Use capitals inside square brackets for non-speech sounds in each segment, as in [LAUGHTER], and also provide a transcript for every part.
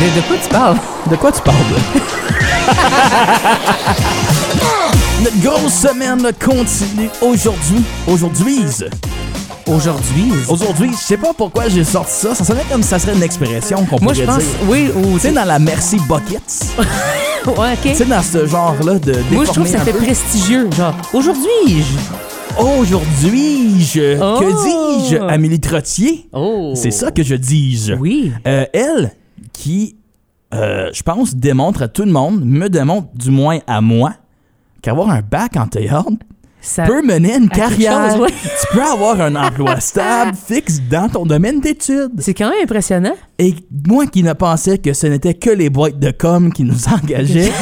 De, de quoi tu parles? [LAUGHS] De quoi tu parles? [LAUGHS] notre grosse semaine continue aujourd'hui. Aujourd'hui. Aujourd'hui? Aujourd'hui, je sais pas pourquoi j'ai sorti ça. Ça sonnait comme si ça serait une expression qu'on Moi, pourrait je pense, dire. oui, ou... Tu sais, dans la Merci Buckets. Ouais, ok. tu sais, dans ce genre-là de Moi, je trouve que déformer ça un fait peu. prestigieux, genre. Aujourd'hui, je... Aujourd'hui, je... Oh! Que dis-je, Amélie Trottier? Oh. C'est ça que je dis. Oui. Euh, elle, qui, euh, je pense, démontre à tout le monde, me démontre du moins à moi, qu'avoir un bac en théâtre Ça... peut mener à une quelque carrière. chose, ouais. Tu peux avoir un [LAUGHS] emploi stable, fixe dans ton domaine d'études. C'est quand même impressionnant. Et moi qui ne pensais que ce n'était que les boîtes de com qui nous [LAUGHS] engageaient,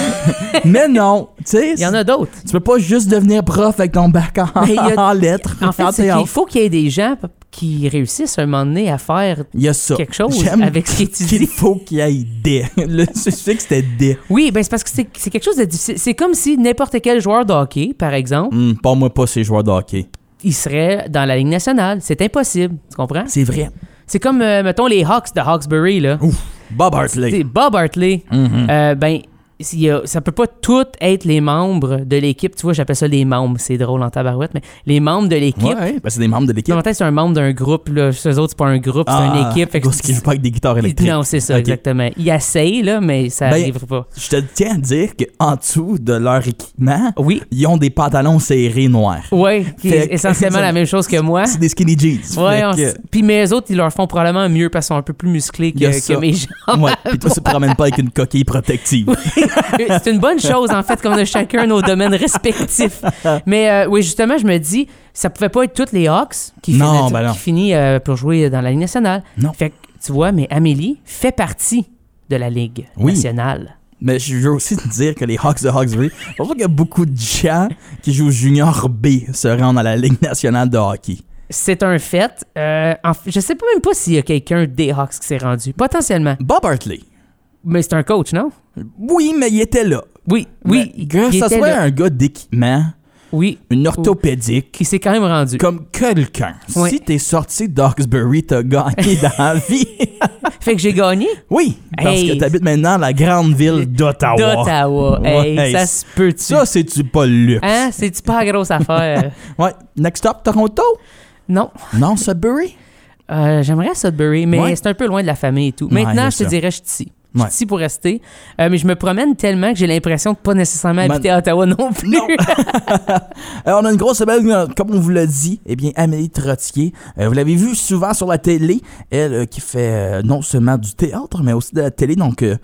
mais non, tu sais, Il y en a d'autres. tu peux pas juste devenir prof avec ton bac en, Mais il y a- [LAUGHS] en lettres, En fait, en c'est qu'il théâtre. faut qu'il y ait des gens p- qui réussissent à un moment donné à faire Il y a ça. quelque chose J'aime avec ce qui est qu'il dit. faut qu'il y ait des. [LAUGHS] Le suffix, c'était des. Oui, ben c'est parce que c'est c'est quelque chose de difficile. C'est comme si n'importe quel joueur de hockey, par exemple, Hum, pas moi pas ces joueurs de hockey. il serait dans la Ligue nationale. C'est impossible, tu comprends? C'est vrai. C'est comme, euh, mettons, les Hawks de Hawkesbury, là. Ouf. Bob T'sais, Hartley. Hum, Bob Hartley, Mm. euh, ben, s'il y a- ça peut pas tout être les membres de l'équipe. Tu vois, j'appelle ça les membres. C'est drôle en tabarouette, mais les membres de l'équipe. Ouais, ouais, ben c'est des membres de l'équipe. Normalement, c'est un membre d'un groupe. Là. Ceux autres, c'est pas un groupe, c'est une Ah, équipe. Fait que parce qu'ils jouent pas avec des guitares électriques. non, c'est ça, Ok. exactement. Ils essayent, là, mais ça Ben- n'arrive pas. Je te tiens à dire qu'en dessous de leur équipement, Oui. ils ont des pantalons serrés noirs. Oui, qui Fait est que- [LAUGHS] essentiellement la même chose que moi. C'est des skinny jeans. Ouais, Fait on que- s- puis mes autres, ils leur font probablement mieux parce qu'ils sont un peu plus musclés que, Il y a que ça. mes gens. Ouais, puis toi, tu te promènes pas avec une coquille protective. c'est une bonne chose, en fait, qu'on a chacun nos domaines respectifs. Mais euh, oui, justement, je me dis, ça pouvait pas être toutes les Hawks qui, Non, finit- ben non. qui finit euh, pour jouer dans la Ligue nationale. Non. Fait que, tu vois, mais Amélie fait partie de la Ligue Oui. nationale. Mais je veux aussi te dire que les Hawks de Hawksbury, je pense pas qu'il y a beaucoup de gens qui jouent junior B se rendent à la Ligue nationale de hockey. C'est un fait. Euh, en f- je sais pas même pas s'il y a quelqu'un des Hawks qui s'est rendu. Potentiellement. Bob Hartley. Mais c'est un coach, non? Oui, mais il était là. Oui, oui. Mais que il ce était soit là. un gars d'équipement, Oui, une orthopédique, qui s'est quand même rendu. comme quelqu'un. Ouais. Si t'es sorti d'Hawksbury, t'as gagné dans la vie. Fait que j'ai gagné Oui, parce Hey. que t'habites maintenant la grande ville d'Ottawa. d'Ottawa. Hey, Ouais, ça se peut-tu? Ça, c'est-tu pas le luxe? Hein? C'est-tu pas la grosse [LAUGHS] affaire? Ouais. Next up, Toronto? non. Non, Sudbury? Euh, J'aimerais Sudbury, mais Ouais. c'est un peu loin de la famille et tout. Ouais, Maintenant, bien je te sûr. dirais, je suis ici. Je suis Ouais. ici pour rester. Euh, mais je me promène tellement que j'ai l'impression de pas nécessairement Ben- habiter à Ottawa non plus. [LAUGHS] Non. Euh, on a une grosse semaine, euh, comme on vous l'a dit, eh bien, Amélie Trottier. Euh, vous l'avez vu souvent sur la télé, elle euh, qui fait euh, non seulement du théâtre, mais aussi de la télé. Donc, euh,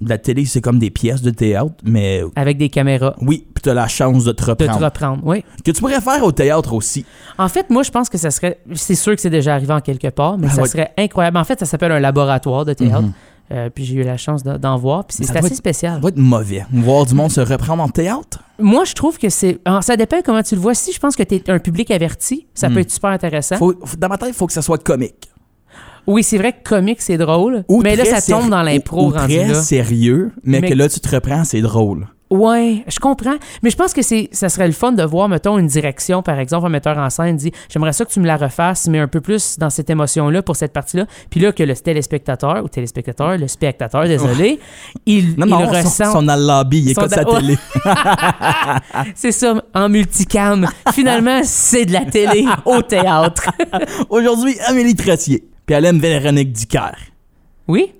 de la télé, c'est comme des pièces de théâtre, mais euh, [LAUGHS] Avec des caméras. oui, puis t'as la chance de te De reprendre. te reprendre. Oui. Que tu pourrais faire au théâtre aussi. En fait, moi, je pense que ça serait. C'est sûr que c'est déjà arrivé en quelque part, mais Ah ça ouais. Mhm. serait incroyable. En fait, ça s'appelle un laboratoire de théâtre. Euh, puis j'ai eu la chance d'en d'en voir. Puis c'est Ça c'est doit assez être- spécial. Ça va être mauvais. Voir du monde se reprendre en théâtre. Moi, je trouve que c'est. alors, Ça dépend comment tu le vois. Si je pense que tu es un public averti, ça peut être super intéressant. Hmm. Faut- faut- dans ma tête, il faut que ça soit comique. Oui, c'est vrai que comique, c'est drôle. Ou mais là, très ça tombe séri- dans ou- l'impro ou rendu très là. sérieux, mais, Mais- que là, tu te reprends, c'est drôle. Ouais, je comprends. Mais je pense que c'est, ça serait le fun de voir, mettons, une direction, par exemple, un metteur en scène dit J'aimerais ça que tu me la refasses, mais un peu plus dans cette émotion-là, pour cette partie-là. Puis là, que le téléspectateur, ou téléspectateur, le spectateur, désolé, il, Non, il non, son, ressent. son al-lobby, il Son écoute da- [LAUGHS] sa Ouais. télé. C'est ça, en multicam. [LAUGHS] Finalement, c'est de la télé au théâtre. Aujourd'hui, Amélie Trottier. Puis elle aime Véronique Dicker. oui?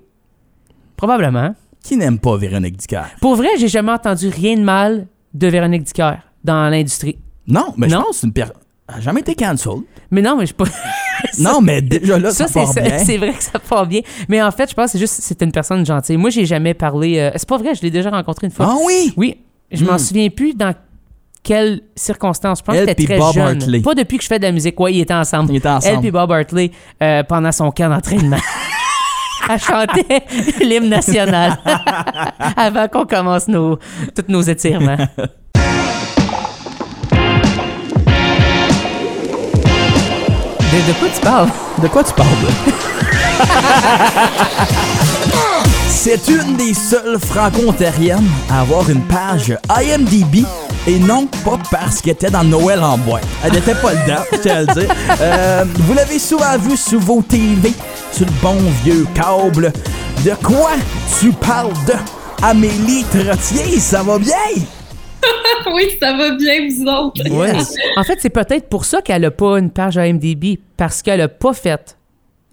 Probablement. Qui n'aime pas Véronique Dicker? Pour vrai, j'ai jamais entendu rien de mal de Véronique Dicker dans l'industrie. Non, mais Non. je pense que c'est une personne... a jamais été cancel. Mais non, mais je suis pas. non, mais déjà là, ça, Ça, c'est part ça- bien. [LAUGHS] c'est vrai que ça part bien. Mais en fait, je pense que c'est juste c'est une personne gentille. Moi, j'ai jamais parlé. euh, c'est pas vrai, je l'ai déjà rencontré une fois. Ah oui? Oui, je m'en Hmm. souviens plus dans quelles circonstances. Je pense que Elle c'était puis très Bob jeune. Hartley. Pas depuis que je fais de la musique. Oui, ils étaient ensemble. Ils étaient ensemble. Elle puis Bob Hartley euh, pendant son camp [LAUGHS] d'entraînement. Elle chantait l'hymne national [LAUGHS] avant qu'on commence nos, tous nos [LAUGHS] étirements. De, de quoi tu parles? De quoi tu parles? [LAUGHS] C'est une des seules franco-ontariennes à avoir une page IMDB. Et non, pas parce qu'elle était dans Noël en bois. Elle n'était pas dedans, je tiens à le dire. Euh, vous l'avez souvent vu sur vos TV, sur le bon vieux câble. De quoi tu parles de Amélie Trottier? Ça va bien? oui, ça va bien, vous autres. Yes. En fait, c'est peut-être pour ça qu'elle a pas une page IMDb, parce qu'elle a pas fait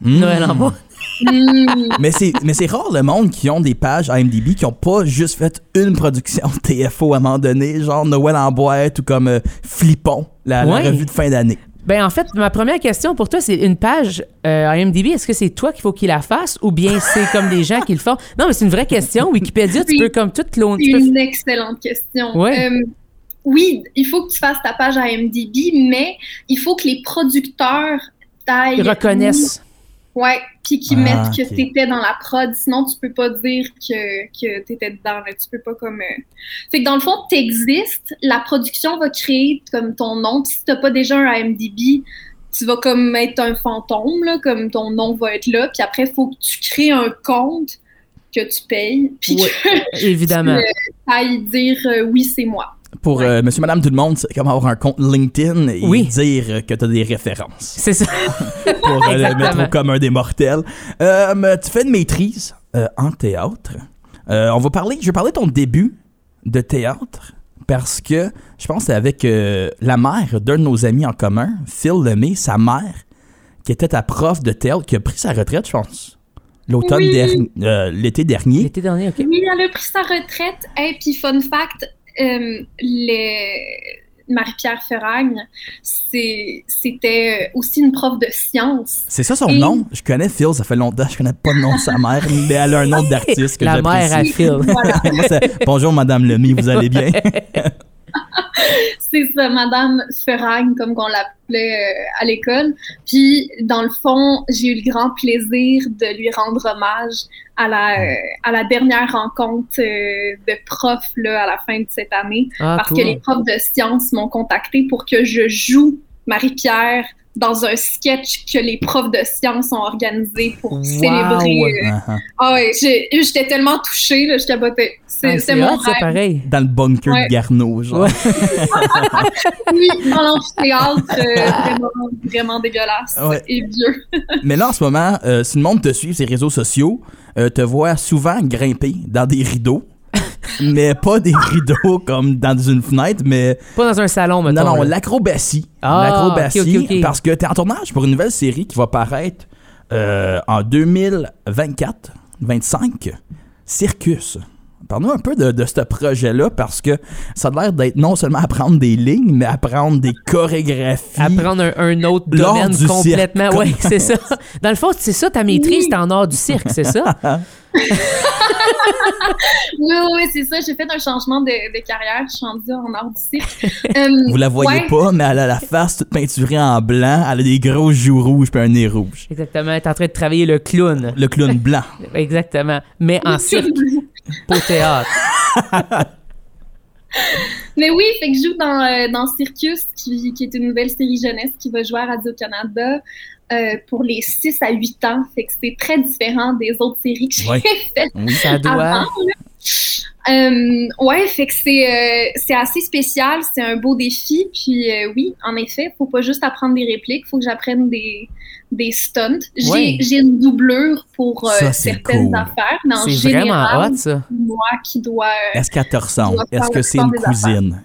Noël en bas. Hmm, Mais c'est mais c'est rare le monde qui ont des pages IMDb qui ont pas juste fait une production TFO à un moment donné, genre Noël en boîte ou comme euh, Flippon, la, la Ouais. revue de fin d'année. Ben en fait, ma première question pour toi, c'est une page euh, IMDb, est-ce que c'est toi qu'il faut qu'il la fasse ou [LAUGHS] bien c'est comme des gens qui le font? Non, mais c'est une vraie question. Wikipédia, tu Oui. peux comme tout l'autre. c'est une excellente question. Ouais. Euh, oui, il faut que tu fasses ta page à IMDb, mais il faut que les producteurs taillent. Ils reconnaissent. Ouais, puis qu'ils Ah, mettent que ok. t'étais dans la prod, sinon tu peux pas dire que, que t'étais dedans, là. tu peux pas comme... euh, Fait que dans le fond, t'existes, la production va créer comme ton nom, puis si t'as pas déjà un IMDb, tu vas comme être un fantôme, là, comme ton nom va être là, puis après, faut que tu crées un compte que tu payes, puis Ouais. que [LAUGHS] Évidemment. tu ailles dire euh, oui, c'est moi. Pour euh, monsieur madame tout le monde, c'est comme avoir un compte LinkedIn et Oui. dire euh, que tu as des références C'est ça. [LAUGHS] pour euh, le Exactement. mettre au commun des mortels. Euh, mais tu fais une maîtrise euh, en théâtre. Euh, on va parler, je vais parler de ton début de théâtre parce que je pense que c'est avec euh, la mère d'un de nos amis en commun, Phil Lemay, sa mère, qui était ta prof de théâtre, qui a pris sa retraite, je pense, l'automne Oui. dernier, euh, l'été dernier. L'été dernier, OK. Oui, elle a pris sa retraite, et puis fun fact, euh, les... Marie-Pierre Ferragne, c'est- c'était aussi une prof de sciences. C'est ça son Et- nom? Je connais Phil, ça fait longtemps, je connais pas le nom de sa mère, mais elle a un [LAUGHS] nom d'artiste que La j'apprécie. mère à Phil. [LAUGHS] Voilà, [LAUGHS] Moi, c'est- Bonjour, Madame Lemay, vous [LAUGHS] allez bien? c'est ça, Madame Ferragne, comme qu'on l'appelait euh, à l'école. Puis, dans le fond, j'ai eu le grand plaisir de lui rendre hommage à la, euh, à la dernière rencontre euh, de profs là, à la fin de cette année. Ah, parce cool. que les profs de sciences m'ont contacté pour que je joue Marie-Pierre dans un sketch que les profs de sciences ont organisé pour Wow. célébrer. euh, Uh-huh. Ah ouais, j'ai- j'étais tellement touchée, là, je capotais. C'est Ah, c'est C'est mon hot, ça, rêve. pareil. Dans le bunker Ouais. de Garneau, genre. Ouais. [LAUGHS] Oui, dans [LAUGHS] l'amphithéâtre, euh, vraiment, vraiment dégueulasse Ouais. et vieux. [LAUGHS] Mais là, en ce moment, euh, si le monde te suit sur les réseaux sociaux, euh, te voit souvent grimper dans [LAUGHS] des rideaux. mais pas des rideaux comme dans une fenêtre, mais. Pas dans un salon, maintenant. non, non, l'acrobatie. Ah, l'acrobatie. ok, ok, ok. Parce que t'es en tournage pour une nouvelle série qui va paraître euh, en 2024-25. Circus. Parle-nous un peu de, de ce projet-là parce que ça a l'air d'être non seulement apprendre des lignes, mais apprendre des chorégraphies. Apprendre un, un autre L'art domaine du complètement. cirque. Oui, [LAUGHS] c'est ça. Dans le fond, c'est ça, ta maîtrise, t'es en art du cirque, c'est [LAUGHS] ça? Oui, oui, oui, c'est ça. J'ai fait un changement de, de carrière. Je suis rendue en art du [LAUGHS] cirque. Euh, Vous la voyez ouais. pas, mais elle a la face toute peinturée en blanc, elle a des gros joues rouges puis un nez rouge. Exactement. T'es en train de travailler le clown. Le clown blanc. Exactement. Mais en cirque, pas au théâtre. Mais oui, fait que je joue dans, euh, dans Circus, qui, qui est une nouvelle série jeunesse qui va jouer à Radio-Canada euh, pour les 6 à 8 ans. Fait que c'est très différent des autres séries que j'ai Ouais. faites Oui. Ça doit. [LAUGHS] avant. là. Euh, ouais, fait que c'est euh, c'est assez spécial, c'est un beau défi. Puis euh, oui, en effet, faut pas juste apprendre des répliques, faut que j'apprenne des, des stunts. J'ai Ouais. j'ai une doublure pour euh, Ça, c'est certaines cool. affaires, mais en C'est vraiment général, hot, ça. moi qui dois... euh, Est-ce qu'elle te ressemble? dois faire Est-ce que le c'est une sport des cousine?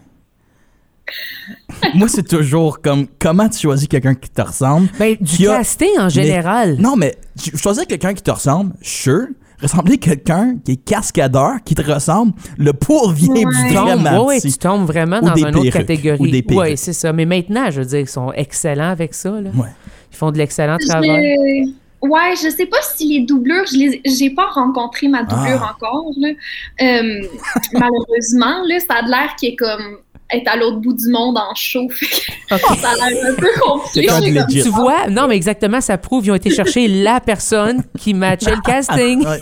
Moi, c'est toujours comme comment tu choisis quelqu'un qui te ressemble. Ben, du Qui a- casting en général. Non, mais tu- choisir quelqu'un qui te ressemble, sure. Ressembler à quelqu'un qui est cascadeur, qui te ressemble, le pour vient Ouais. du Tu tombes, ouais, ouais, dramatique. tu tombes vraiment Ou dans des une autre perruques. Ou des catégorie. perruques. Oui, c'est ça. Mais maintenant, je veux dire, ils sont excellents avec ça. Là. Ouais. Ils font de l'excellent Je- travail. Ouais, je sais pas si les doublures, je les, j'ai pas rencontré ma doublure Ah. encore, là. Euh, [LAUGHS] malheureusement, là, ça a de l'air qui est comme être à l'autre bout du monde en show. Fait que [LAUGHS] Ok. ça a l'air un peu compliqué. Quelqu'un de J'ai comme- legit. Tu vois, non, mais exactement, ça prouve qu'ils ont été [LAUGHS] chercher la personne qui matchait le casting. Ouais.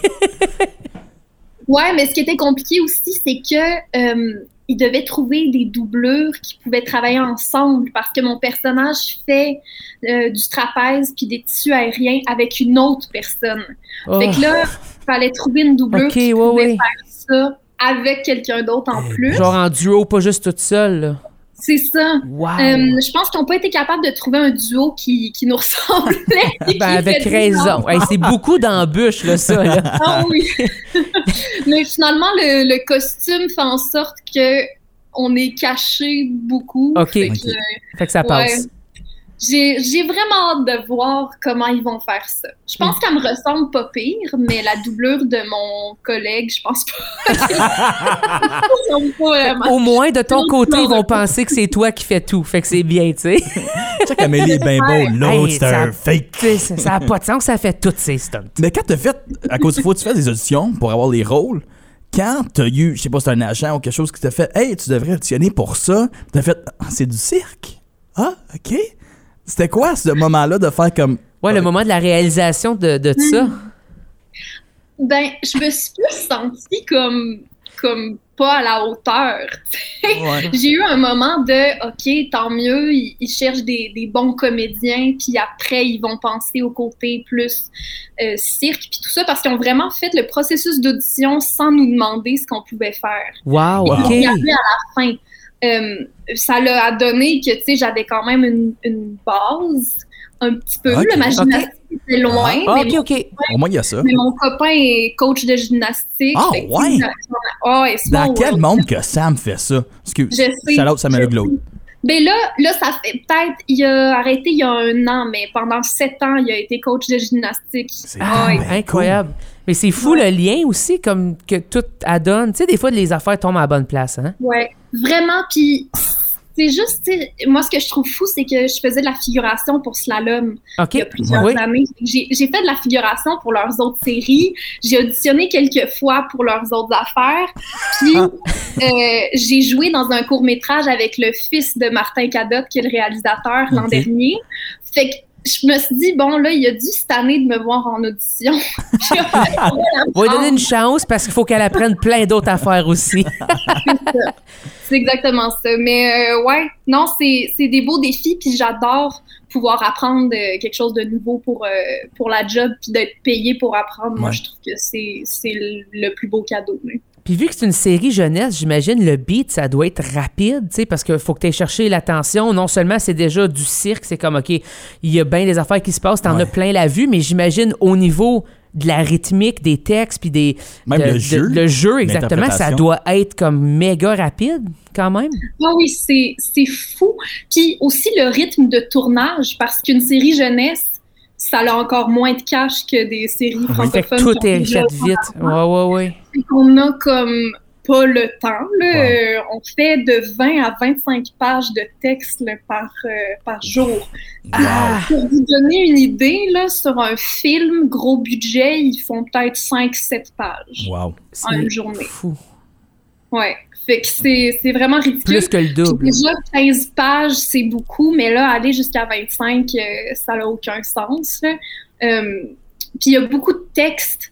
Ouais, mais ce qui était compliqué aussi, c'est que euh, ils devaient trouver des doublures qui pouvaient travailler ensemble parce que mon personnage fait euh, du trapèze puis des tissus aériens avec une autre personne. Oh. Fait que là, fallait trouver une doublure Ok, qui ouais, pouvait ouais. Eh, faire ça avec quelqu'un d'autre en plus. Genre en duo, pas juste toute seule. là. C'est ça. Wow. Ben, Euh, je pense qu'ils n'ont pas été capables de trouver un duo qui, qui nous [LAUGHS] ressemblait. et qui [LAUGHS] Ben, avec faisait sens. raison. Hey, c'est beaucoup d'embûches, là, [LAUGHS] ça. là. Ah oui. [LAUGHS] Mais finalement, le, le costume fait en sorte que on est caché beaucoup. OK. Fait que, Ok. euh, Fait que ça Ouais. passe. J'ai j'ai vraiment hâte de voir comment ils vont faire ça. Je Mm. pense qu'elle me ressemble pas pire, mais la doublure de mon collègue, je pense pas. [LAUGHS] [LAUGHS] qu'elle me ressemble pas vraiment. Au moins, de ton Non, côté, non, ils vont non. penser que c'est toi qui fais tout. Fait que c'est bien, tu sais. Tu sais qu'Amélie est bien beau, l'autre, Hey, c'est ça- un fake. Tu sais, ça- ça n'a pas de sens que ça fait toutes ces stunts. Mais quand t'as fait, à cause du fois, tu fais des auditions pour avoir les rôles, quand t'as eu, je sais pas, c'est un agent ou quelque chose qui t'a fait, hey, tu devrais auditionner pour ça, t'as fait, Ah, c'est du cirque. Ah, ok. C'était quoi ce moment-là de faire comme. Ouais, le moment de la réalisation de, de ça. Mm. Ben, je me suis plus sentie comme, comme pas à la hauteur. Ouais. J'ai eu un moment de OK, tant mieux, ils, ils cherchent des, des bons comédiens, puis après, ils vont penser au côté plus euh, cirque, puis tout ça, parce qu'ils ont vraiment fait le processus d'audition sans nous demander ce qu'on pouvait faire. Wow, Wow. OK. Il y avait à la fin. Euh, ça l'a a donné que, tu sais, j'avais quand même une, une base, un petit peu. Ok. Le ma gymnastique, c'était loin, Ah, mais OK, OK. Au moins, il y a [LAUGHS] ça. mais mon copain est coach de gymnastique. Ah, Fait que, ouais? tu sais, dans- ouais, c'est Dans bon, quel ouais. monde que Sam fait ça? Excuse. Je sais. Shout-out Samuel Je Glaude. sais. Ben là, là, ça fait peut-être, il a arrêté il y a un an, mais pendant sept ans, il a été coach de gymnastique. C'est Ah, dingue. ouais. Ben, Incroyable. Mais c'est fou le lien aussi, comme que tout adonne. Tu sais, des fois, les affaires tombent à la bonne place. Hein? Ouais. Vraiment, puis c'est juste, tu sais, moi, ce que je trouve fou, c'est que je faisais de la figuration pour Slalom. OK. il y a plusieurs Oui. années. J'ai j'ai fait de la figuration pour leurs autres séries. J'ai auditionné quelques fois pour leurs autres affaires. Puis, Ah. euh, j'ai joué dans un court-métrage avec le fils de Martin Cadotte, qui est le réalisateur, l'an Ok. dernier. Fait que je me suis dit, bon, là, il a dû cette année de me voir en audition. [LAUGHS] Puis, On va lui donner une chance parce qu'il faut qu'elle apprenne plein d'autres affaires aussi. C'est exactement ça. Mais euh, ouais, non, c'est c'est des beaux défis, puis j'adore pouvoir apprendre euh, quelque chose de nouveau pour, euh, pour la job, puis d'être payé pour apprendre. Moi, Ouais. je trouve que c'est c'est le le plus beau cadeau. là. Puis vu que c'est une série jeunesse, j'imagine le beat, ça doit être rapide, tu sais, parce qu'il faut que tu ailles chercher l'attention. Non seulement c'est déjà du cirque, c'est comme, OK, il y a bien des affaires qui se passent, t'en Ouais. as plein la vue, mais j'imagine au niveau de la rythmique, des textes, puis des... Même de- le de- jeu, le jeu, exactement, ça l'interprétation. doit être comme méga rapide quand même. Ah oui, c'est c'est fou. Puis aussi le rythme de tournage, parce qu'une série jeunesse, ça a encore moins de cash que des séries Fait que francophones. tout qui ont est déjà- fait vite. Ouais, ouais, ouais. Fait qu'on a comme pas le temps. Là. Euh, on fait de 20 à 25 pages de texte là, par, euh, par jour. Ah! Pour vous donner une idée, là, sur un film gros budget, ils font peut-être 5-7 pages Wow. en C'est une journée. Fou. Ouais. Fait que c'est c'est vraiment ridicule. Plus que le Puis double. Déjà, 15 pages, c'est beaucoup, mais là, aller jusqu'à 25, euh, ça n'a aucun sens. là. Euh, puis il y a beaucoup de textes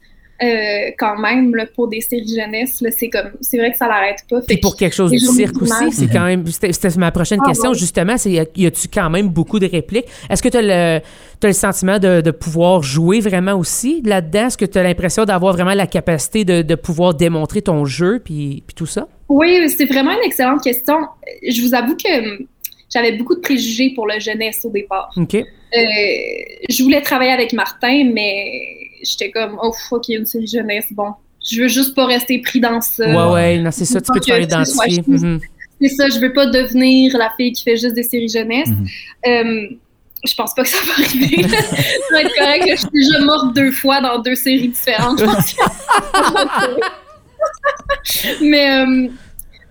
euh, quand même là, pour des séries jeunesse. là, C'est comme, c'est vrai que ça n'arrête pas. Fait Et pour que- quelque chose les du journées cirque aussi, d'image. c'est quand même. C'était c'était ma prochaine Ah, question, ouais. justement. C'est y a-tu quand même beaucoup de répliques? Est-ce que tu as, le sentiment de, de pouvoir jouer vraiment aussi là-dedans? Est-ce que tu as l'impression d'avoir vraiment la capacité de, de pouvoir démontrer ton jeu puis, puis tout ça? Oui, c'est vraiment une excellente question. Euh, Je vous avoue que hum, j'avais beaucoup de préjugés pour le jeunesse au départ. OK. Euh, je voulais travailler avec Martin, mais j'étais comme, oh, fuck, il y a une série jeunesse. Bon, je veux juste pas rester pris dans ça. ouais, ouais, non, c'est ça. Tu peux te je faire pense que c'est- ouais, identifier. je- Mhm. C'est ça, je veux pas devenir la fille qui fait juste des séries jeunesse. Mhm. Euh, je pense pas que ça va arriver. [LAUGHS] ça va être correct. Je suis déjà morte deux fois dans deux séries différentes. Je pense que- mais, euh,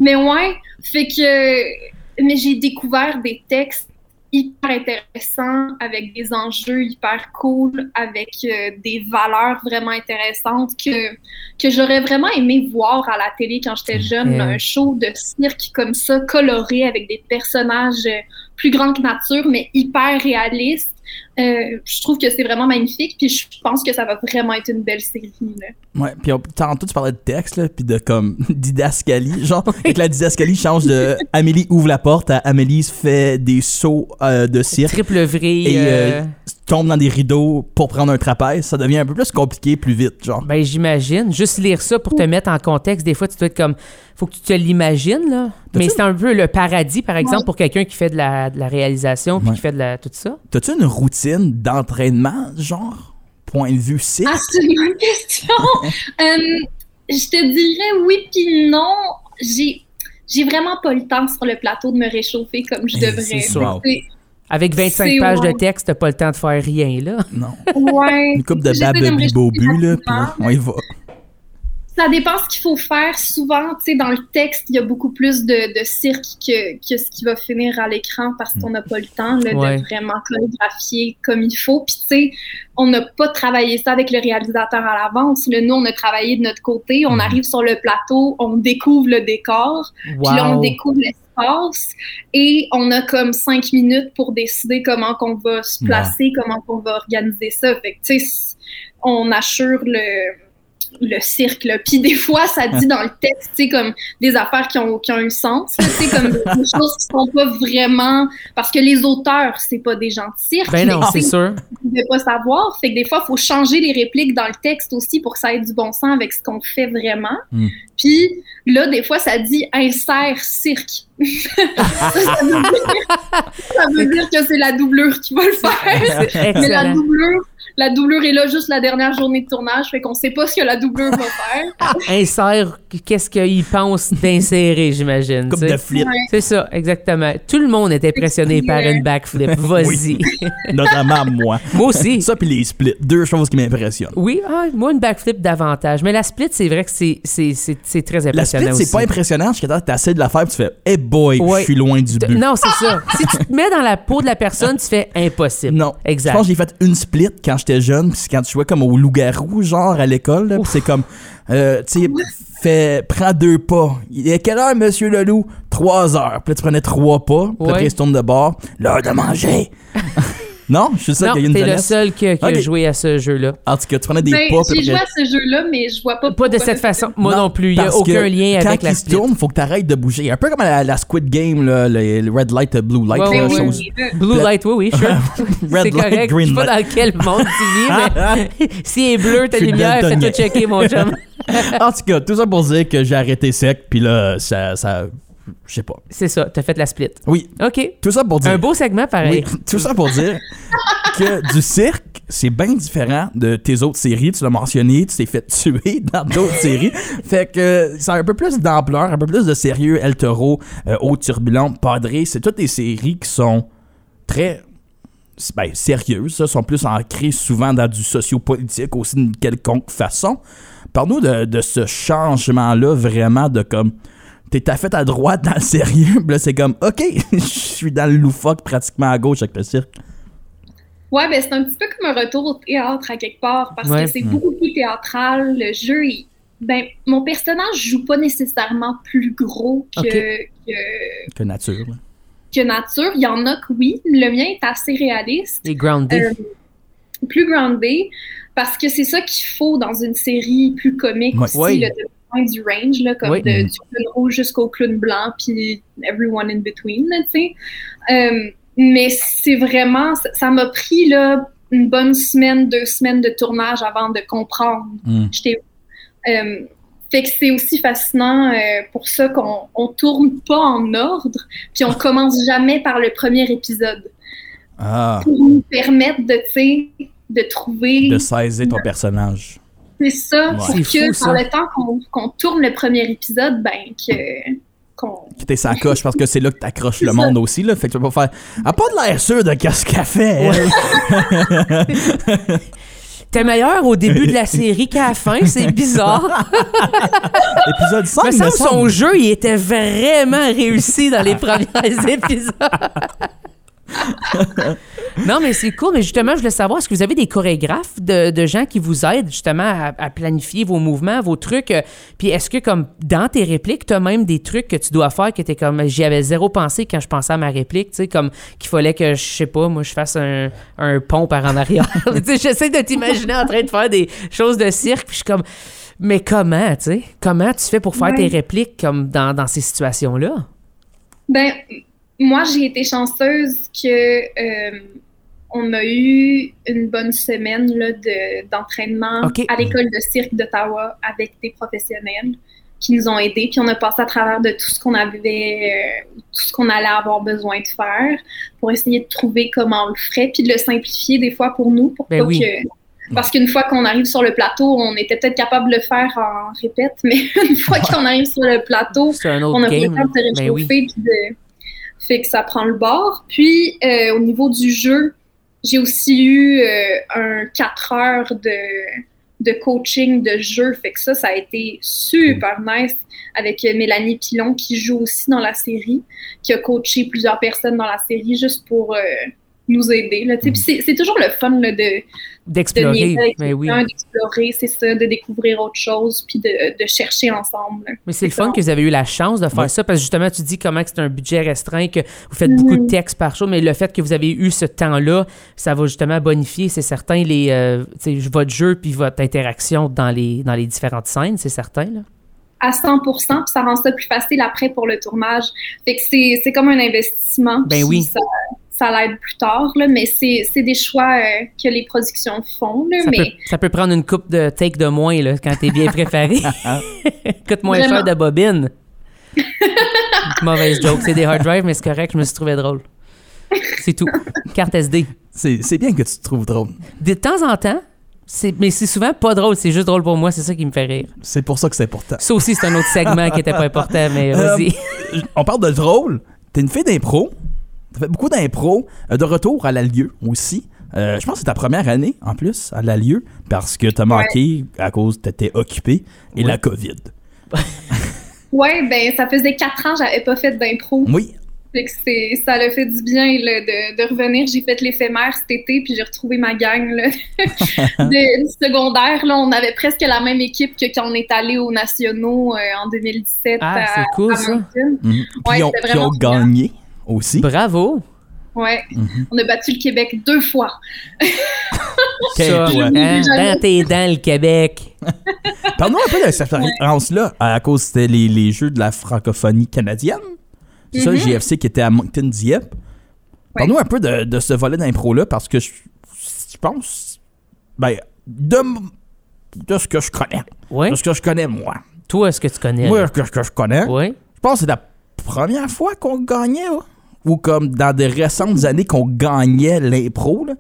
mais ouais, fait que mais j'ai découvert des textes hyper intéressants avec des enjeux hyper cool, avec euh, des valeurs vraiment intéressantes que que j'aurais vraiment aimé voir à la télé quand j'étais jeune, Mhm. un show de cirque comme ça, coloré avec des personnages euh, plus grands que nature, mais hyper réalistes. Euh, je trouve que c'est vraiment magnifique, puis je pense que ça va vraiment être une belle série. là. Ouais, puis on- tantôt tu parlais de texte, là, puis de comme [LAUGHS] didascalie. Genre, avec la didascalie, change [LAUGHS] de Amélie ouvre la porte à Amélie se fait des sauts euh, de cirque, Triple vrille. Et, euh, euh, tombe dans des rideaux pour prendre un trapèze. Ça devient un peu plus compliqué, plus vite, genre. Ben, j'imagine. Juste lire ça pour te mettre en contexte, des fois, tu dois être comme. Faut que tu te l'imagines, là. Mais c'est un peu le paradis, par exemple, Ouais. pour quelqu'un qui fait de la, de la réalisation puis Ouais. qui fait de la, tout ça. T'as-tu une routine d'entraînement, genre, point de vue cirque? Ah, c'est une [LAUGHS] bonne question. Euh, je te dirais oui puis non. J'ai j'ai vraiment pas le temps sur le plateau de me réchauffer comme je Eh, devrais. c'est sûr. Wow. C'est- Avec 25 C'est pages de wow. texte, t'as pas le temps de faire rien, là. [LAUGHS] Non. Ouais. Une coupe de J'essaie bab de me bibobu, là, réchauffer puis on y va. Ça dépend ce qu'il faut faire. Souvent, tu sais, dans le texte, il y a beaucoup plus de, de cirque que, que ce qui va finir à l'écran parce qu'on n'a pas le temps là, Ouais. de vraiment chorégraphier comme il faut. Puis, tu sais, on n'a pas travaillé ça avec le réalisateur à l'avance. Là, Nous, on a travaillé de notre côté. On Mhm. arrive sur le plateau, on découvre le décor. Puis là, on Wow. découvre l'espace et on a comme cinq minutes pour décider comment qu'on va se placer, comment qu'on va organiser ça. Fait que, tu sais, c- on assure le, le cirque. là. Puis des fois, ça dit dans le texte, tu sais, comme des affaires qui ont aucun sens. là, Tu [LAUGHS] sais, comme des choses qui sont pas vraiment... Parce que les auteurs, c'est pas des gens de cirque. Ben non, mais c'est [LAUGHS] sûr. ils pouvaient pas savoir. Fait que des fois, il faut changer les répliques dans le texte aussi pour que ça ait du bon sens avec ce qu'on fait vraiment. Mm. Puis là, des fois, ça dit insère cirque. [LAUGHS] ça, ça [LAUGHS] veut dire- ça veut dire que c'est la doublure qui va le faire. Mais la Excellent. doublure, la doublure est là juste la dernière journée de tournage. Fait qu'on sait pas ce que la doublure va faire. Insère qu'est-ce qu'il pense d'insérer, j'imagine. Coupe tu sais. de flip, C'est ça, exactement. Tout le monde est impressionné par une [LAUGHS] backflip. Vas-y. notamment moi. Moi aussi. Ça, puis les splits. Deux choses qui m'impressionnent. Oui, ah, moi, une backflip davantage. Mais la split, c'est vrai que c'est- c'est c'est- c'est très La impressionnant split, c'est pas aussi. impressionnant jusqu'à temps que t'essaies de la faire, puis tu fais, hey boy, Ouais. je suis loin du but. Non, c'est ça. si tu te mets dans la peau de la personne, tu fais impossible. Non. Exact. Je pense que j'ai fait une split quand j'étais jeune, puis c'est quand tu jouais comme au loup-garou, genre à l'école, là, puis c'est comme, euh, tu sais, fais, prends deux pas. Il est quelle heure, monsieur le loup? Trois heures. Puis là, tu prenais trois pas, puis Ouais. après, il se tourne de bord. L'heure [LAUGHS] de manger! non, je suis sûr non, qu'il y a une t'es le jeunesse. seul qui a, qui a Ok. joué à ce jeu-là. En tout cas, tu prenais des Ben, pas, J'ai puis joué après- à ce jeu-là, mais je vois pas. Pas de pourquoi- cette façon. Moi non, plus. Il n'y a parce que aucun lien quand avec la il se split. tourne, faut que t'arrêtes de bouger. Un peu comme à la, la Squid Game, là, le, le red light, le blue light, Ouais, la Ben ouais, chose. oui, euh, Blue Pla- light, oui, oui, sure. c'est [LAUGHS] Red light, correct. Je sais green pas dans quel monde Ah, tu vis, mais [LAUGHS] s'il est bleu, ta Je suis lumière, fais-toi daltonien. checker, [LAUGHS] mon chum. en tout cas, tout ça pour dire que j'ai arrêté sec, puis là, ça, ça, je sais pas. C'est ça, t'as fait la split. Oui, OK. tout ça pour dire. Un beau segment, Oui, pareil. tout ça pour dire que du cirque, c'est bien différent de tes autres séries. Tu l'as mentionné, tu t'es fait tuer [LAUGHS] dans d'autres séries. Fait que ça a un peu plus d'ampleur, un peu plus de sérieux. El Toro, euh, Eau Turbulente, Padré, c'est toutes des séries qui sont très ben, sérieuses, ça, sont plus ancrées souvent dans du sociopolitique aussi d'une quelconque façon. Parle-nous de, de ce changement-là vraiment de comme t'es ta fait à droite dans le sérieux, puis là c'est comme OK, [LAUGHS] je suis dans le loufoque pratiquement à gauche avec le cirque. Ouais, ben c'est un petit peu comme un retour au théâtre à quelque part, parce Ouais. que c'est beaucoup plus théâtral. Le jeu, il- ben, mon personnage joue pas nécessairement plus gros que, Ok. que, Que nature. là. que nature. Il y en a que oui. Le mien est assez réaliste, Et grounded. plus groundé, parce que c'est ça qu'il faut dans une série plus comique Ouais. aussi, Ouais. là, de loin du range, là, comme Oui. de- du clown rouge jusqu'au clown blanc, puis everyone in between, là, tu sais. Euh, mais c'est vraiment, ça- ça m'a pris là, une bonne semaine, deux semaines de tournage avant de comprendre. Mm. J'étais- euh, fait que c'est aussi fascinant euh, pour ça qu'on on tourne pas en ordre, puis on commence jamais par le premier épisode Ah, pour nous permettre de, tu sais, de trouver. de saisir ton personnage. C'est ça, Ouais. pour C'est fou, que ça. par le temps qu'on qu'on tourne le premier épisode, ben que qu'on Qui t'es sa coche parce que c'est là que t'accroches le C'est monde aussi là, fait que tu peux pas faire Ah pas de l'air sûr de qu'est-ce qu'elle fait. elle. T'es meilleur au début de la série qu'à la fin, c'est bizarre. Épisode 5 Me semble son jeu, il était vraiment réussi dans les premiers épisodes. Non, mais c'est cool. Mais justement, je voulais savoir, est-ce que vous avez des chorégraphes de, de gens qui vous aident justement à, à planifier vos mouvements, vos trucs? euh, Puis est-ce que, comme dans tes répliques, tu as même des trucs que tu dois faire que tu es comme, j'y avais zéro pensé quand je pensais à ma réplique, tu sais, comme qu'il fallait que, je sais pas, moi, je fasse un, un pont par en arrière. [LAUGHS] tu sais, j'essaie de t'imaginer en train de faire des choses de cirque, puis je suis comme, mais comment, tu sais? Comment tu fais pour faire Ouais. tes répliques comme dans, dans ces situations-là? Ben, moi, j'ai été chanceuse que euh, on a eu une bonne semaine là, de- d'entraînement Ok. à l'école de cirque d'Ottawa avec des professionnels qui nous ont aidés. Puis on a passé à travers de tout ce qu'on avait, euh, tout ce qu'on allait avoir besoin de faire pour essayer de trouver comment on le ferait, puis de le simplifier des fois pour nous, pour Ben pas oui. que. Parce qu'une fois qu'on arrive sur le plateau, on était peut-être capable de le faire en répète, mais [LAUGHS] [LAUGHS] une fois qu'on arrive sur le plateau, C'est un on autre a pris game. le temps de se Ben oui. réchauffer puis de- fait que ça prend le bord. Puis euh, au niveau du jeu, j'ai aussi eu euh, un 4 heures de, de coaching de jeu. Fait que ça, ça a été super nice avec euh, Mélanie Pilon qui joue aussi dans la série, qui a coaché plusieurs personnes dans la série juste pour euh, nous aider. là, tu sais. Puis c'est- c'est toujours le fun là, de, de D'explorer. niaiser avec Ben oui. quelqu'un, d'explorer, c'est ça, de découvrir autre chose, puis de, de chercher ensemble. Mais c'est le C'est ça. fun que vous avez eu la chance de faire Oui. ça parce que justement, tu dis comment que c'est un budget restreint, que vous faites Mhm. beaucoup de textes par jour, mais le fait que vous avez eu ce temps-là, ça va justement bonifier, c'est certain, les, euh, tu sais, votre jeu puis votre interaction dans les, dans les différentes scènes, c'est certain. Là. à 100 puis ça rend ça plus facile après pour le tournage. Fait que c'est c'est comme un investissement. Ben puis oui. Ça, ça l'aide plus tard, là, mais c'est c'est des choix euh, que les productions font, là, Ça, mais peut, ça peut prendre une coupe de take de moins là, quand t'es [LAUGHS] bien préparé. Coûte moins Vraiment. cher de [LAUGHS] bobine. Mauvaise joke. C'est des hard drives, mais c'est correct, je me suis trouvé drôle. C'est tout. Carte SD. C'est c'est bien que tu te trouves drôle. De temps en temps, c'est- mais c'est souvent pas drôle, c'est juste drôle pour moi, c'est ça qui me fait rire. C'est pour ça que c'est important. Ça aussi, c'est un autre segment qui était pas important, mais Euh, vas-y. On parle de drôle. T'es une fille d'impro. T'as fait beaucoup d'impro. Euh, de retour à la lieu aussi. Euh, je pense que c'est ta première année, en plus, à la lieu, parce que t'as manqué à cause que t'étais occupé et Ouais. la COVID. ouais, ben ça faisait quatre ans j'avais pas fait Mm. d'impro. Oui, Fait que c'est ça l'a fait du bien là, de, de revenir. J'ai fait l'éphémère cet été, puis j'ai retrouvé ma [LAUGHS] gang là, de, du secondaire. Là, on avait presque la même équipe que quand on est allé aux nationaux euh, en 2017 Ah, à, c'est cool à ça. Moncton. Mhm. Puis Ouais, ils ont, c'était puis ils ont vraiment gagné aussi. Bravo. Ouais, Mm-hmm. on a battu le Québec deux fois. Quel Ça, doigt. hein, Jamais. dans tes dents, le Québec. Parle-nous un peu de cette expérience-là, à cause que c'était les, les jeux de la francophonie canadienne. C'est Mm-hmm. ça, le JFC qui était à Moncton Dieppe. Parle-nous un peu de, de ce volet d'impro-là, parce que je, je pense, ben, de, m- de ce que je connais, Oui. de ce que je connais moi, Toi, est-ce que tu connais? moi, là? de ce que je connais, Oui. je pense que c'est la première fois qu'on gagnait, hein. ou comme dans des récentes années qu'on gagnait l'impro, là.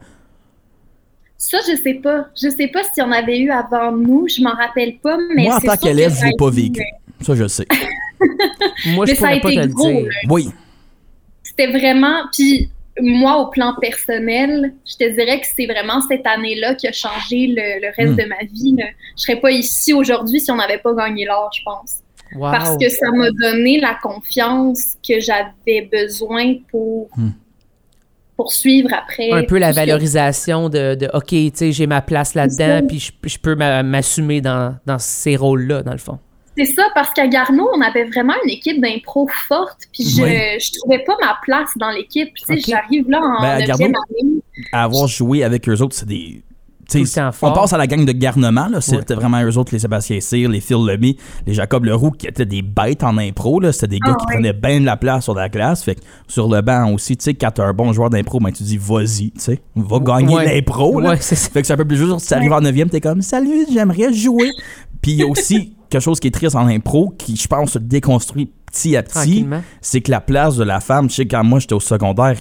Ça, je sais pas. Je sais pas s'il y en avait eu avant nous. Je m'en rappelle pas, mais moi, en c'est tant sûr qu'élève, que je ça a l'ai pas été- vécu. Ça, je le [LAUGHS] sais. Moi, Mais je ça a pourrais pas été te gros, le dire. là. Oui. C'était vraiment. Puis moi, au plan personnel, je te dirais que c'est vraiment cette année-là qui a changé le, le reste Mm. de ma vie. là. Je serais pas ici aujourd'hui si on n'avait pas gagné l'or, je pense. Wow. Parce que ça m'a donné la confiance que j'avais besoin pour Mm. poursuivre après. un peu la Tout ce que- valorisation de, de OK, tu sais, j'ai ma place ça. là-dedans, puis je, je peux m'a- m'assumer dans, dans ces rôles-là, dans le fond. C'est ça, parce qu'à Garneau, on avait vraiment une équipe d'impro forte, puis je, Oui. je trouvais pas ma place dans l'équipe. Tu sais, Ok. j'arrive là en Ben, à neuvième Garneau, année. à avoir joué avec eux autres, c'est des. tu Tout sais, le temps on fort. passe à la gang de garnement, là. C'était Ouais. vraiment eux autres, les Sébastien Cyr, les Phil Lemay, les Jacob Leroux, qui étaient des bêtes en impro, là. C'était des Ah, gars qui ouais. prenaient bien de la place sur la classe. Fait que sur le banc aussi, tu sais, quand t'as un bon joueur d'impro, ben tu dis vas-y, tu sais, va gagner Ouais. l'impro, là. Ouais, c'est ça. Fait que c'est un peu plus juste, si t'arrives en 9 t'es comme salut, j'aimerais jouer. Puis il y a [LAUGHS] aussi quelque chose qui est triste en impro, qui je pense se déconstruit petit à petit Tranquillement. c'est que la place de la femme, je sais, quand moi j'étais au secondaire,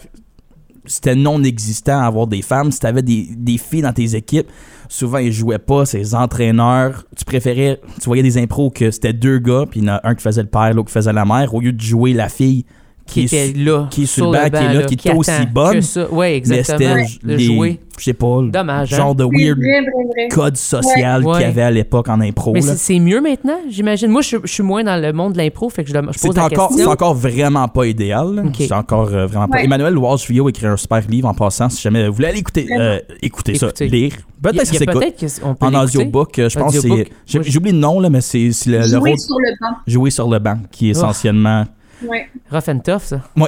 c'était non existant à avoir des femmes. Si t'avais des, des filles dans tes équipes, souvent ils jouaient pas, ces entraîneurs. Tu préférais, tu voyais des impros que c'était deux gars, puis il y en a un qui faisait le père, l'autre qui faisait la mère, au lieu de jouer la fille qui, qui est était là, qui est sur le banc, qui est là, qui est aussi attend bonne, que ça. Ouais, exactement. Mais de c'était les- jouer. je sais pas, le Dommage, hein? genre de C'est weird vrai, vrai, vrai. code social Ouais. qu'il y avait à l'époque en impro. Mais là. c'est- c'est mieux maintenant, j'imagine. Moi, je, je suis moins dans le monde de l'impro, fait que je, le- je pose C'est la encore, c'est question. encore vraiment pas idéal. là. Ok. C'est encore euh, vraiment pas. Ouais. Emmanuel Walsh-Vio écrit un super livre en passant. Si jamais vous voulez aller écouter, euh, écouter ça, Écoutez. Il y lire. a- Peut-être que il y c'est a peut-être qu'on peut en l'écouter. audiobook. euh, Je pense que c'est. Audiobook. j'ai- Moi, je- J'oublie le nom, là, mais c'est c'est Euh, le, le Jouer rôle sur le banc. jouer sur le banc qui est Oh. essentiellement. Ouais. Rough and tough, ça. Ouais.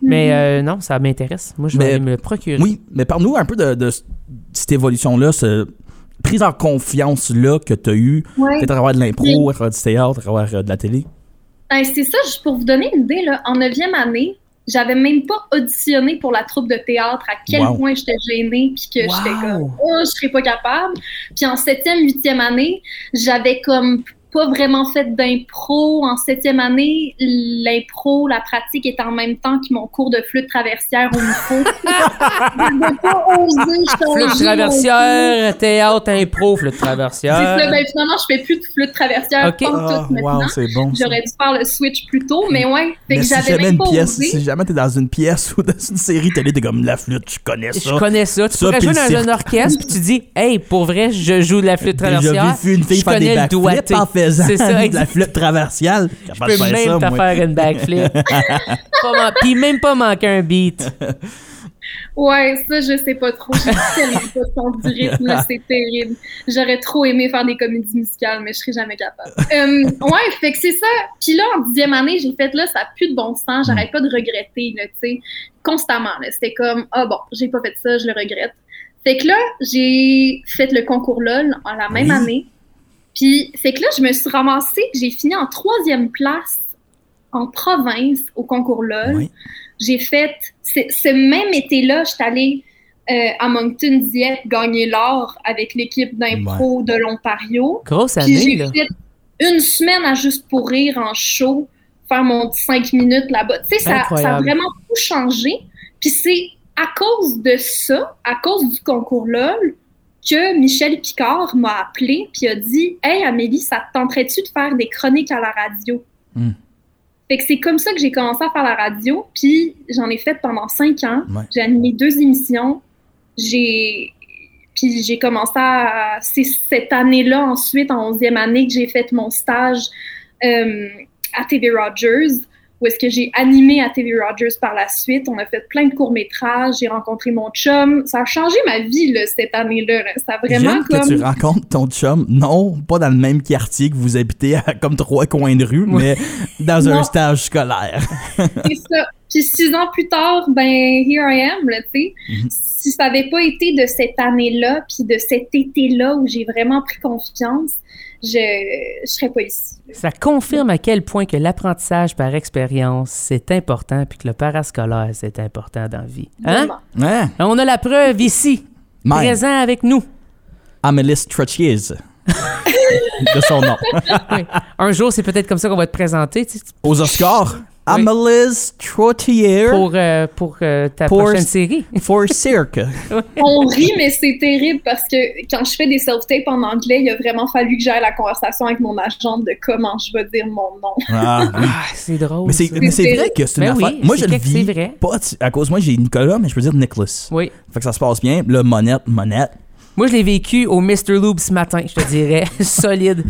Mais euh, non, ça m'intéresse. Moi, je Mais- vais aller me le procurer. Oui, mais parle-nous un peu de, de cette évolution-là, cette prise en confiance-là que tu as eue, Ouais. peut-être à travers de l'impro, à travers du théâtre, à travers euh, de la télé. Ben, c'est ça, juste pour vous donner une idée, là, en neuvième année, j'avais même pas auditionné pour la troupe de théâtre, à quel Wow. point j'étais gênée, puis que j'étais Wow. comme, oh, je serais pas capable. Puis en septième, huitième année, j'avais comme pas vraiment fait d'impro. En septième année, l'impro, la pratique est en même temps que mon cours de flûte traversière au micro. J'avais pas osé, j'étais en Flûte gêne. traversière, théâtre, impro, flûte C'est ça, traversière. ben, finalement, je fais plus de flûte traversière Ok. pas en tout maintenant. Ah, c'est bon. J'aurais dû faire le switch plus tôt, mais ouais. Mm. Fait Mais que si j'avais jamais même une pas pièce, osé. si jamais t'es dans une pièce [LAUGHS] ou dans une série télé, t'es comme la flûte, je connais ça. Je connais ça. Tu Ça, pourrais puis jouer le dans cirque. un orchestre, puis tu dis, hey, pour vrai, je joue de la flûte J'ai traversière. vu une fille je faire des connais le backflips doigté. en faisant C'est ça, [LAUGHS] de la exact. flûte traversiale. Je peux même t'en faire une [LAUGHS] backflip. Pas man- Puis même pas manquer un beat. Ouais, ça, je sais pas trop. J'ai tellement pas de sens du rythme, là, c'est terrible. J'aurais trop aimé faire des comédies musicales, mais je serais jamais capable. Euh, ouais, fait que c'est ça. Puis là, en dixième année, j'ai fait là, ça a plus de bon sens, j'arrête pas de regretter, là, tu sais, constamment. là. C'était comme, ah bon, j'ai pas fait ça, je le regrette. Fait que là, j'ai fait le concours LOL en la même Oui. année. Puis, fait que là, je me suis ramassée, j'ai fini en troisième place en province au concours LOL. Oui. J'ai fait, c'est- ce même été-là, je suis allée euh, à Moncton Dieppe gagner l'or avec l'équipe d'impro de l'Ontario. Grosse Puis année, j'ai là. fait une semaine à juste pour rire en show, faire mon petit cinq minutes là-bas. Tu sais, ça, ça a Incroyable. vraiment tout changé. Puis c'est à cause de ça, à cause du concours LOL, que Michel Picard m'a appelé puis a dit Hey Amélie, ça te tenterait-tu de faire des chroniques à la radio? Hmm. Fait que c'est comme ça que j'ai commencé à faire la radio, puis j'en ai fait pendant cinq ans. Ouais. J'ai animé deux émissions. J'ai puis j'ai commencé à. C'est cette année-là, ensuite, en 11e année, que j'ai fait mon stage euh, à TV Rogers, où est-ce que j'ai animé à TV Rogers par la suite. On a fait plein de courts-métrages, j'ai rencontré mon chum. Ça a changé ma vie, là, cette année-là. là. Ça a vraiment J'aime que tu comme. [LAUGHS] rencontres ton chum, non, pas dans le même quartier que vous habitez, à comme trois coins de rue, Ouais. mais dans un Non. stage scolaire. C'est ça. Puis six ans plus tard, ben, here I am, là, tu sais. Mhm. Si ça n'avait pas été de cette année-là, puis de cet été-là où j'ai vraiment pris confiance, je ne serais pas ici. Ça confirme à quel point que l'apprentissage par expérience, c'est important, puis que le parascolaire, c'est important dans la vie. Hein? Vraiment. Hein? On a la preuve ici, Même présent avec nous. Amélie Strutchies. de son nom. Oui. Un jour, c'est peut-être comme ça qu'on va te présenter tu sais, Aux Oscars, Amélie Strutchier pour, euh, pour euh, ta Pour- prochaine série. for Cirque. On rit, mais c'est terrible parce que quand je fais des self-tapes en anglais, il a vraiment fallu que j'aille à la conversation avec mon agent de comment je vais dire mon nom. Ah, oui. Ah, c'est drôle. Mais c'est, ça. mais c'est vrai que c'est une Ben oui, affaire. Moi, c'est je le quelque- c'est vis vrai. pas tu- à cause moi j'ai Nicolas, mais je peux dire Nicholas. Oui. Fait que ça se passe bien. Le monette, monette. Moi, je l'ai vécu au Mr. Lube ce matin, je te dirais. Solide.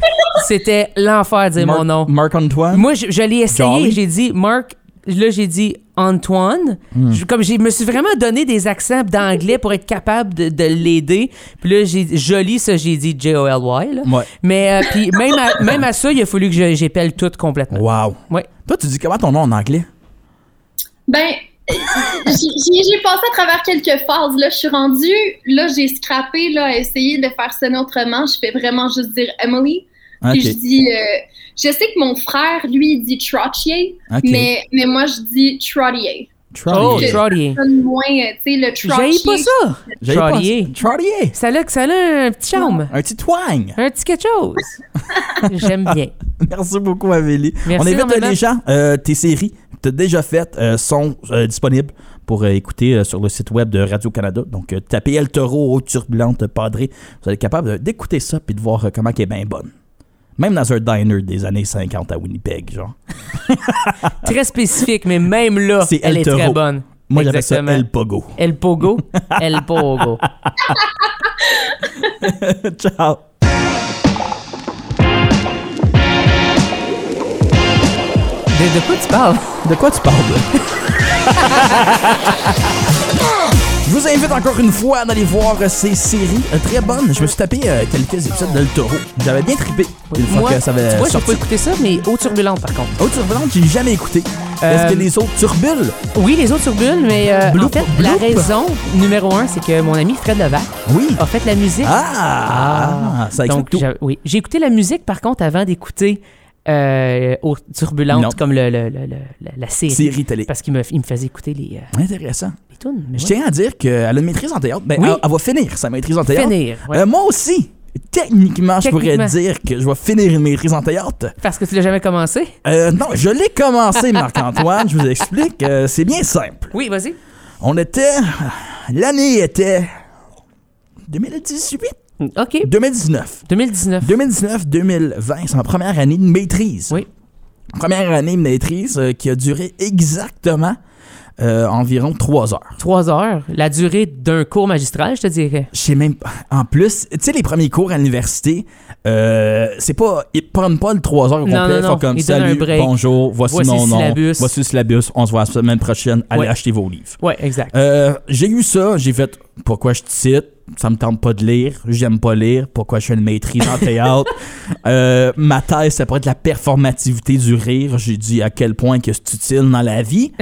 C'était l'enfer de dire Marc- mon nom. Marc Antoine. Moi, je, je l'ai essayé. Jolly. J'ai dit Mark. Là, j'ai dit Antoine. Hmm. Je- comme je me suis vraiment donné des accents d'anglais pour être capable de, de l'aider. Puis là, j'ai joli, ça, j'ai dit J-O-L-Y. là. Ouais. Mais euh, puis même à, même à ça, il a fallu que je- j'épelle tout complètement. Wow. Ouais. Toi, tu dis comment ton nom en anglais? Ben, [LAUGHS] j'ai j'ai- j'ai passé à travers quelques phases. Là, je suis rendue, là, j'ai scrappé, là, à essayer de faire sonner autrement. Je fais vraiment juste dire Emily. Ok. Puis je dis, euh, je sais que mon frère, lui, il dit Trottier, Ok. mais, mais moi, je dis Trottier. Oh, Trottier. Trottier. Ça sonne moins, euh, tu sais, le J'ai Trottier. pas ça. J'avais pas- Trottier. Trottier. Ça a, ça a un petit charme. Un petit twang. Un petit quelque chose. J'aime bien. [LAUGHS] Merci beaucoup, Amélie. Merci On invite énormément. les gens. euh, tes séries que tu as déjà faites euh, sont euh, disponibles pour euh, écouter euh, sur le site web de Radio-Canada. Donc, euh, tapez El Toro, Eau Turbulente, Padré. Vous allez être capable de- d'écouter ça puis de voir euh, comment elle est bien bonne. Même dans un diner des années 50 à Winnipeg, genre. Très spécifique, mais même là, C'est El elle est Toro. très bonne. Moi, j'appelle ça Exactement. El Pogo. [LAUGHS] El Pogo. [LAUGHS] El Pogo. Ciao. De, de quoi tu parles? De quoi tu parles? [LAUGHS] Je vous invite encore une fois à aller voir euh, ces séries euh, très bonnes. Je me suis tapé euh, quelques épisodes de Le Taureau. J'avais bien trippé une fois Moi, que ça avait tu vois, j'ai sorti. pas écouté ça, mais eau turbulente, par contre. Autre turbulente, j'ai jamais écouté. Est-ce Euh, que les autres turbules? Oui, les autres turbules, mais euh, en Bloop, fait, la bloop. raison numéro un, c'est que mon ami Fred Levac Oui. a fait la musique. Ah, ça explique Donc, tout. j'a- oui. J'ai écouté la musique, par contre, avant d'écouter euh, aux turbulentes, Non. comme le, le- le- le- la- la série. Série télé. Parce qu'il me, il me faisait écouter les, euh, Intéressant. les tunes. mais Je ouais. tiens à dire qu'elle a une maîtrise en théâtre. Ben, Oui. elle, elle va finir sa maîtrise en théâtre. Finir, ouais. Euh, moi aussi, techniquement, je pourrais Techniquement. dire que je vais finir une maîtrise en théâtre. Parce que tu l'as jamais commencé. Euh, non, je l'ai commencé, Marc-Antoine. je vous explique. Euh, c'est bien simple. Oui, vas-y. On était. L'année était. 2018? OK. 2019. 2019. 2019-2020, c'est ma première année de maîtrise. Oui. Première année de maîtrise euh, qui a duré exactement euh, environ trois heures. Trois heures. La durée d'un cours magistral, je te dirais. Je sais même pas. En plus, tu sais, les premiers cours à l'université, euh, c'est pas. Ils prennent pas le 3 heures au Non, complet. non, ils non. font comme Ils donnent un salut, break. bonjour, voici, Voici mon le nom. syllabus. Voici le syllabus. On se voit la semaine prochaine. Allez Ouais. acheter vos livres. Ouais, exact. Euh, j'ai eu ça, j'ai fait pourquoi je titre, ça me tente pas de lire, j'aime pas lire, pourquoi je fais une maîtrise [LAUGHS] en théâtre. Euh, ma thèse, ça pourrait être la performativité du rire. J'ai dit à quel point que c'est utile dans [LAUGHS] la vie.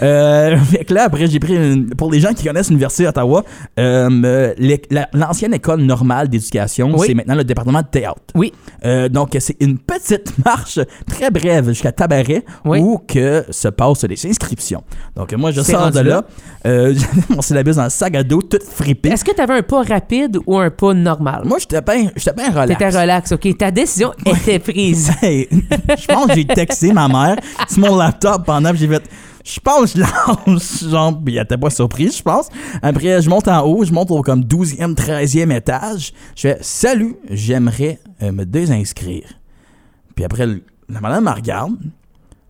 Euh, fait que là, après, j'ai pris une- pour les gens qui connaissent l'Université d'Ottawa, euh, l'é- la- l'ancienne école normale d'éducation, Oui. c'est maintenant le département de théâtre. Oui. Euh, donc, c'est une petite [LAUGHS] marche très brève jusqu'à Tabaret Oui. où que se passent les inscriptions. Donc, moi, je C'est sors de rendu là. Euh, [LAUGHS] J'avais mon syllabus en sac à dos, tout frippé. Euh, Est-ce que tu avais un pas rapide ou un pas normal? Moi, j'étais bien ben relax. T'étais relax, OK. Ta décision était prise. [LAUGHS] Hey, je pense que j'ai texté ma mère sur mon laptop pendant que j'ai fait. Je pense que je lance, genre, pis elle était pas surprise, je pense. Après, je monte en haut, je monte au comme 12e, 13e étage. Je fais Salut, j'aimerais euh, me désinscrire. Puis après, le- la madame me regarde.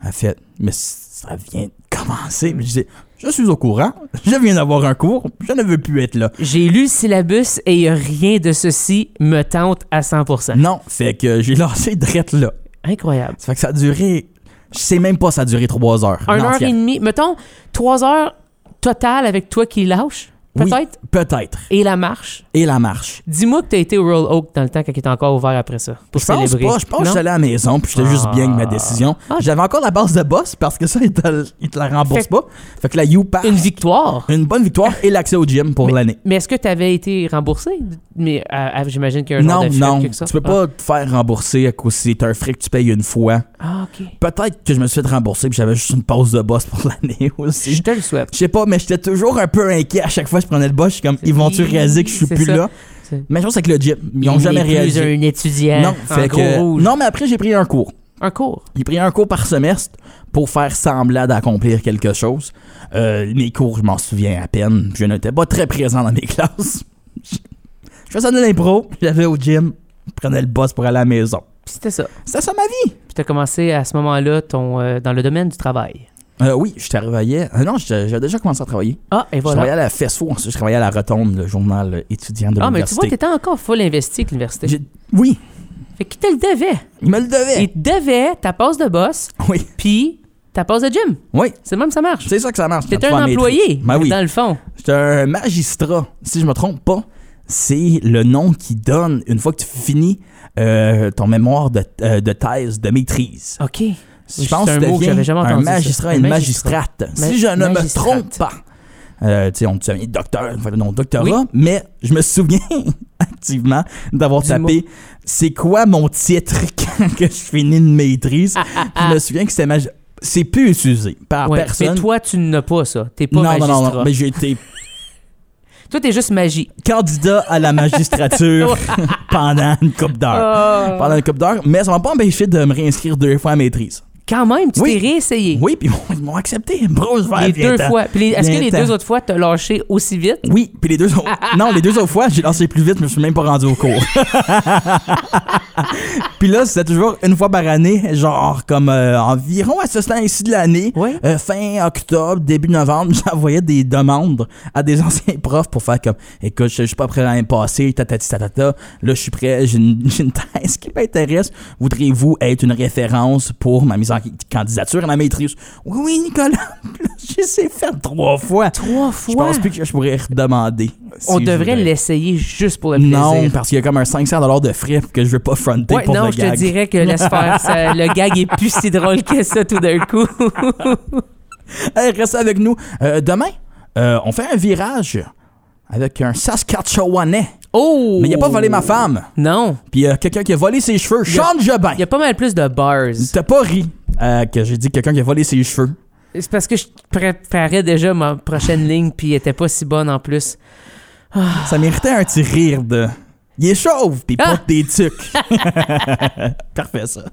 Elle fait Mais ça vient de commencer. Puis je dis Je suis au courant, je viens d'avoir un cours, je ne veux plus être là. J'ai lu le syllabus et rien de ceci me tente à 100 Non, fait que j'ai lancé drette là. Incroyable. Ça fait que ça a duré. Je sais même pas, ça a duré trois heures. Un heure L'entière. et demie, mettons, trois heures totales avec toi qui lâche, Oui, peut-être, peut-être. et la marche. Et la marche. Dis-moi que t'as été au Royal Oak dans le temps quand il était encore ouvert après ça, pour Je pense célébrer. pas. Je pense que Non? j'étais allé à la maison puis j'étais juste Ah. bien avec ma décision. Ah. J'avais encore la base de boss parce que ça, ils te, ils te la remboursent Fait- pas. Fait que la YouPass, Une une, victoire. bonne victoire et l'accès au gym pour l'année. Mais est-ce que t'avais été remboursé? Mais euh, euh, j'imagine qu'il y a un genre Non, de fric, non. quelque chose. Tu peux pas te faire rembourser à cause si t'as un fric que tu payes une fois. Ah, ah, OK. Peut-être que je me suis fait rembourser puis j'avais juste une pause de boss pour [LAUGHS] l'année aussi. Je te le souhaite. Je sais pas, mais j'étais toujours un peu inquiet à chaque fois que je prenais le boss. Je suis comme, ils vont-tu réaliser que je suis C'est plus ça. là? C'est- Mais je pense que c'est avec le gym. Ils ont Il jamais n'est plus réalisé. un étudiant Non, en fait gros que- rouge. non, mais après, j'ai pris un cours. Un cours. J'ai pris un cours par semestre pour faire semblant d'accomplir quelque chose. Euh, mes cours, je m'en souviens à peine. Je n'étais pas très présent dans mes [LAUGHS] classes. Je je faisais de l'impro, j'allais au gym, je prenais le bus pour aller à la maison. Puis C'était ça. C'était ça ma vie. Puis t'as commencé à ce moment-là ton, euh, dans le domaine du travail. Euh, oui, je travaillais. Ah non, je- j'avais déjà commencé à travailler. Ah, et Je travaillais voilà. à la FESFO, ensuite je travaillais à la Rotonde, le journal euh, étudiant de Ah, mais tu vois, l'université. t'étais encore full investi avec l'université. J'ai- oui, Fait qu'il te le devait. il me le devait. Il te devait ta passe de boss, Oui, puis ta passe de gym. oui. C'est même ça marche. C'est ça que ça marche. T'es quand tu un vas en employé, maîtrise. Ben oui. dans le fond. C'est un magistrat, si je me trompe pas. C'est le nom qui donne une fois que tu finis euh, ton mémoire de, euh, de thèse de maîtrise. OK. Je pense c'est un que mot que devient j'avais jamais un entendu, ça. magistrat et Un une magistrat. magistrate. Ma- si je ne me magistrate. trompe pas. Euh, tu sais, on devient docteur, enfin, non, doctorat, mais je me souviens [LAUGHS] activement d'avoir Du tapé c'est quoi mon titre [LAUGHS] quand que je finis une maîtrise. je me souviens que c'était magi- c'est plus utilisé par Ah, Ouais. personne. Mais toi, tu n'as pas ça. T'es pas non, non, magistrat. non, non, mais j'ai été Toi, t'es juste magie. candidat à [LAUGHS] la magistrature [LAUGHS] Ah. Oh. pendant une coupe d'heure. Pendant une coupe d'heure, mais ça m'a pas empêché de me réinscrire deux fois à maîtrise. Quand même, tu Oui. t'es réessayé. Oui, puis ils m'ont- ils m'ont accepté. Bruce Vert, les viens-t'en. deux fois. Puis les- est-ce que les Viens-t'en. deux autres fois, t'as lâché aussi vite? Oui, puis les deux autres. non, les deux autres fois, j'ai lancé plus vite, je me suis même pas rendu au cours. puis là, c'était toujours une fois par année, genre comme euh, environ à ce temps-ci de l'année, Oui. euh, fin octobre, début novembre, [LAUGHS] j'envoyais des demandes à des anciens profs pour faire comme écoute, je je suis pas prêt à l'année passée, tatati tatata, là je suis prêt, j'ai une, [LAUGHS] j'ai une thèse qui m'intéresse. Voudriez-vous être une référence pour ma mise en candidature à la maîtrise? Oui, oui, Nicolas, [LAUGHS] Puis là, je sais faire trois fois. Trois Je fois. pense plus que je pourrais redemander. si On je devrait voudrais. l'essayer juste pour le plaisir. Non, parce qu'il y a comme un 500 de frais que je veux pas fronter Ouais, pour non, le je gag. te dirais que laisse faire. ça- le gag est plus si drôle que ça tout d'un [LAUGHS] coup. [LAUGHS] Hey, restez avec nous. Euh, demain, euh, on fait un virage avec un Saskatchewanais. oh! Mais il a pas volé ma femme. Non. Puis euh, quelqu'un qui a volé ses cheveux. Sean Jobin. Il y a pas mal plus de bars. T'as pas ri euh, que j'ai dit quelqu'un qui a volé ses cheveux. C'est parce que je préparais déjà ma prochaine ligne, puis elle était pas si bonne en plus. Ça méritait un petit rire de. Il est chauve, pis Ah! [LAUGHS] porte des tucs. Parfait ça.